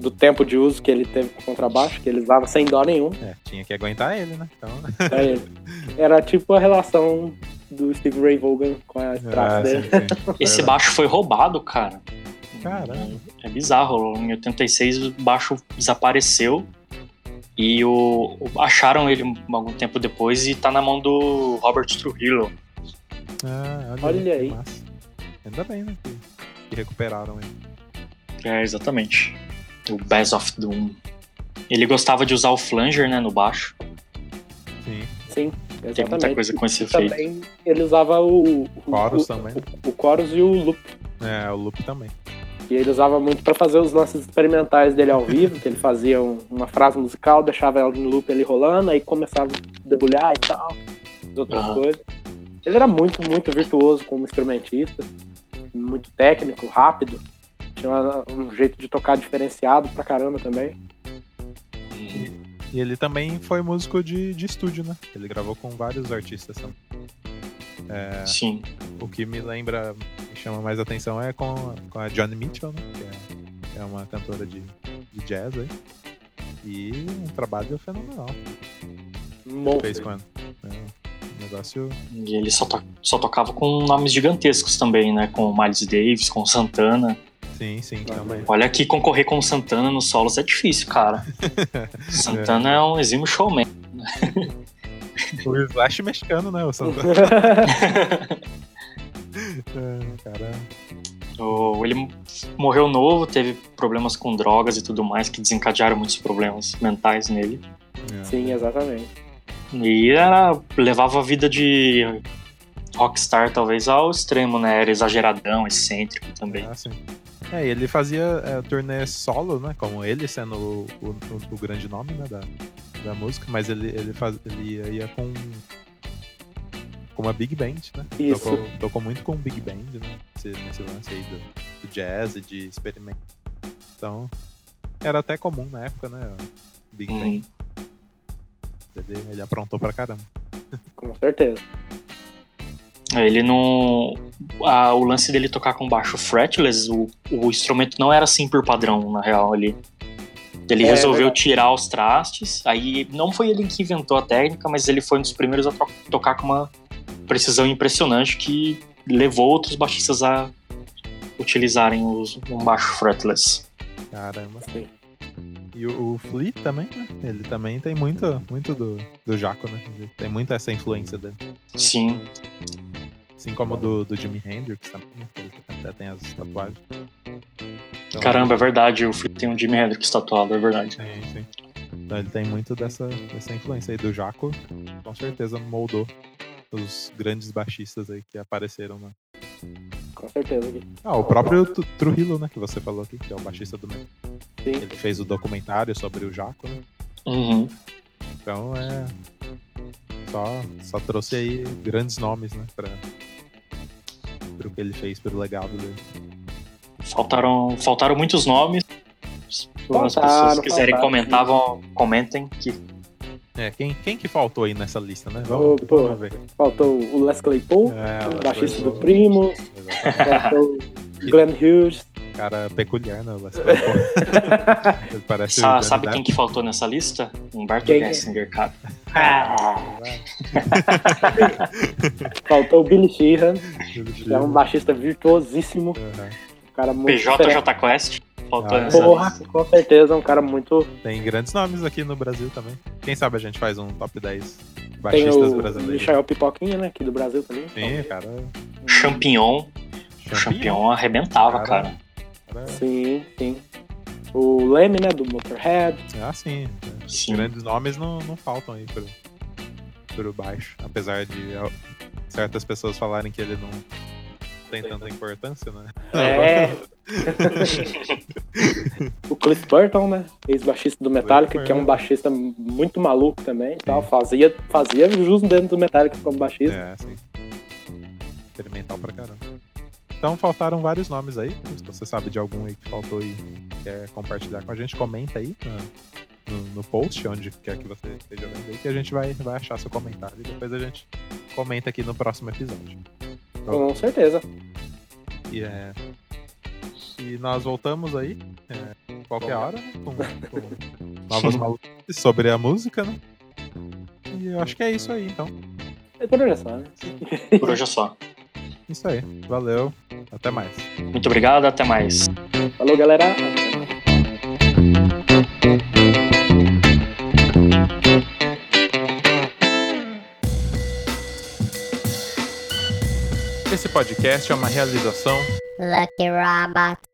B: do tempo de uso que ele teve com o contrabaixo, que ele usava sem dó nenhum.
A: É, tinha que aguentar ele, né? Então,
B: pra ele. Era tipo a relação do Steve Ray Vaughan com a
A: Ah,
B: Strax dele.
A: sim, sim.
C: Esse
A: Verdade.
C: baixo foi roubado, cara.
A: Caramba.
C: É bizarro. Em 86 o baixo desapareceu. E o, o- acharam ele algum tempo depois e tá na mão do Robert Trujillo.
A: Ah, olha,
B: Olha
A: que
B: aí.
A: massa. Ainda bem, né? Que, que recuperaram ele.
C: É, exatamente. O Bass of Doom. Ele gostava de usar o flanger, né, no baixo.
A: Sim,
B: Sim, exatamente.
C: Tem muita coisa com esse
B: E
C: efeito.
B: também ele usava o, o,
A: Chorus
B: o,
A: também.
B: o chorus e o loop.
A: É, o loop também.
B: E ele usava muito pra fazer os lances experimentais dele ao vivo, que ele fazia um- uma frase musical, deixava ela em loop ali rolando, aí começava a debulhar e tal, as outras
C: Aham.
B: coisas. Ele era muito, muito virtuoso como instrumentista, muito técnico, rápido. Tinha uma- um jeito de tocar diferenciado pra caramba também.
A: E ele também foi músico de, de estúdio, né? Ele gravou com vários artistas também.
C: Sim.
A: O que me lembra, me chama mais atenção é com, com a Johnny Mitchell, né? Que é, que é uma cantora de, de jazz aí. E um trabalho fenomenal. Fez
B: Monstro.
A: quando? É, um negócio.
C: E ele só, to- só tocava com nomes gigantescos também, né? Com o Miles Davis, com o Santana.
A: Sim, sim,
B: Ah,
A: também.
C: Olha que concorrer com o Santana nos solos é difícil, cara. Santana é um exímio showman.
A: O Slash mexicano, né? O Santana. É, cara.
C: O- ele morreu novo, teve problemas com drogas e tudo mais, que desencadearam muitos problemas mentais nele.
A: é.
B: Sim, exatamente.
C: E era, levava a vida de rockstar, talvez, ao extremo, né? Era exageradão, excêntrico também.
A: Ah, sim. É, e ele fazia é, turnê solo, né? Como ele sendo o, o- o grande nome né, da, da música, mas ele, ele, faz, ele ia, ia com, com uma big band, né?
B: Isso.
A: Tocou, tocou muito com big band, né? Nesse, nesse lance aí do, do jazz e de experimento. Então, era até comum na época, né? o Big band.
C: Hum.
A: Ele, ele aprontou pra caramba.
B: Com certeza.
C: Ele não. a- o lance dele tocar com baixo fretless, o, o instrumento não era assim por padrão, na real. Ele, ele
B: É,
C: resolveu
B: verdade.
C: tirar os trastes. Aí não foi ele que inventou a técnica, mas ele foi um dos primeiros a to- tocar com uma precisão impressionante que levou outros baixistas a utilizarem os, um baixo fretless.
A: Caramba.
B: Sim.
A: E o, o Flea também, né? Ele também tem muito, muito do, do Jaco, né? Ele tem muito essa influência dele.
C: Sim.
A: Assim como do, do Jimi Hendrix também, né? Ele até tem as tatuagens. Então,
C: Caramba, é verdade. O Flip tem um Jimi Hendrix tatuado, é verdade.
A: Sim, sim. Então ele tem muito dessa, dessa influência aí do Jaco. Com certeza moldou os grandes baixistas aí que apareceram, né?
B: Com certeza. Gui.
A: Ah, o próprio Tu- Trujillo, né? Que você falou aqui, que é o baixista do Metal.
B: Sim.
A: Ele fez o documentário sobre o Jaco, né?
C: Uhum.
A: Então é. Só, só trouxe aí grandes nomes, né? Pra, pro que ele fez, pelo legado dele.
C: Faltaram, faltaram muitos nomes. As pessoas que quiserem
B: faltaram.
C: comentar, vão, comentem. Que
A: É, quem, quem que faltou aí nessa lista, né?
B: Ô,
A: Vamos,
B: pô.
A: vamos ver.
B: Faltou o Les Claypool,
A: É,
B: o
A: ela
B: baixista
A: foi-
B: do Primo,
A: Exatamente. um
B: faltou o Glenn Hughes.
A: Cara peculiar, né? Mas, pô, ele parece
C: sa-
A: o
C: sabe
A: Johnny
C: quem que faltou nessa lista? Humberto
B: Quem?
C: Gessinger, cara. Ah,
B: Faltou o Billy Sheehan,
A: Depp.
B: que é um baixista virtuosíssimo.
A: Uhum.
B: Um cara muito. diferente.
C: PJ Quest faltou
A: Ah,
C: nessa
B: Porra,
C: lista.
B: com certeza, um cara muito.
A: Tem grandes nomes aqui no Brasil também. Quem sabe a gente faz um top 10
B: Tem
A: baixistas
B: o
A: brasileiros.
B: Michael Pipoquinha, né? Aqui do Brasil também.
A: Sim, cara.
C: Champignon. O Champignon arrebentava,
A: Cara.
C: cara.
A: cara é,
B: Sim, sim. O Leme, né? Do Motorhead.
A: Ah, sim.
C: Sim.
A: Grandes nomes não, não faltam aí pro, pro baixo. Apesar de al- certas pessoas falarem que ele não tem tanta importância, né?
B: É. o Cliff Burton, né? Ex-baixista do Metallica,
A: Cliff
B: que é um
A: Burton.
B: baixista muito maluco também. e Tal. Fazia, fazia jus dentro do Metallica como baixista.
A: É, sim. Experimental pra caramba. Então faltaram vários nomes aí. Se você sabe de algum aí que faltou e quer compartilhar com a gente, comenta aí na- no, no post, onde quer que você esteja vendo aí, que a gente vai, vai achar seu comentário e depois a gente comenta aqui no próximo episódio. É,
B: Com certeza.
A: E, é, e nós voltamos aí, é, qualquer hora, né, com, com novas maluquices sobre a música, né? E eu acho que é isso aí, então.
B: É por hoje é só, né?
C: Por hoje é só.
A: Isso aí. Valeu. Até mais.
C: Muito obrigado, até mais.
B: Falou, galera.
A: Esse podcast é uma realização é
D: Lucky Robot.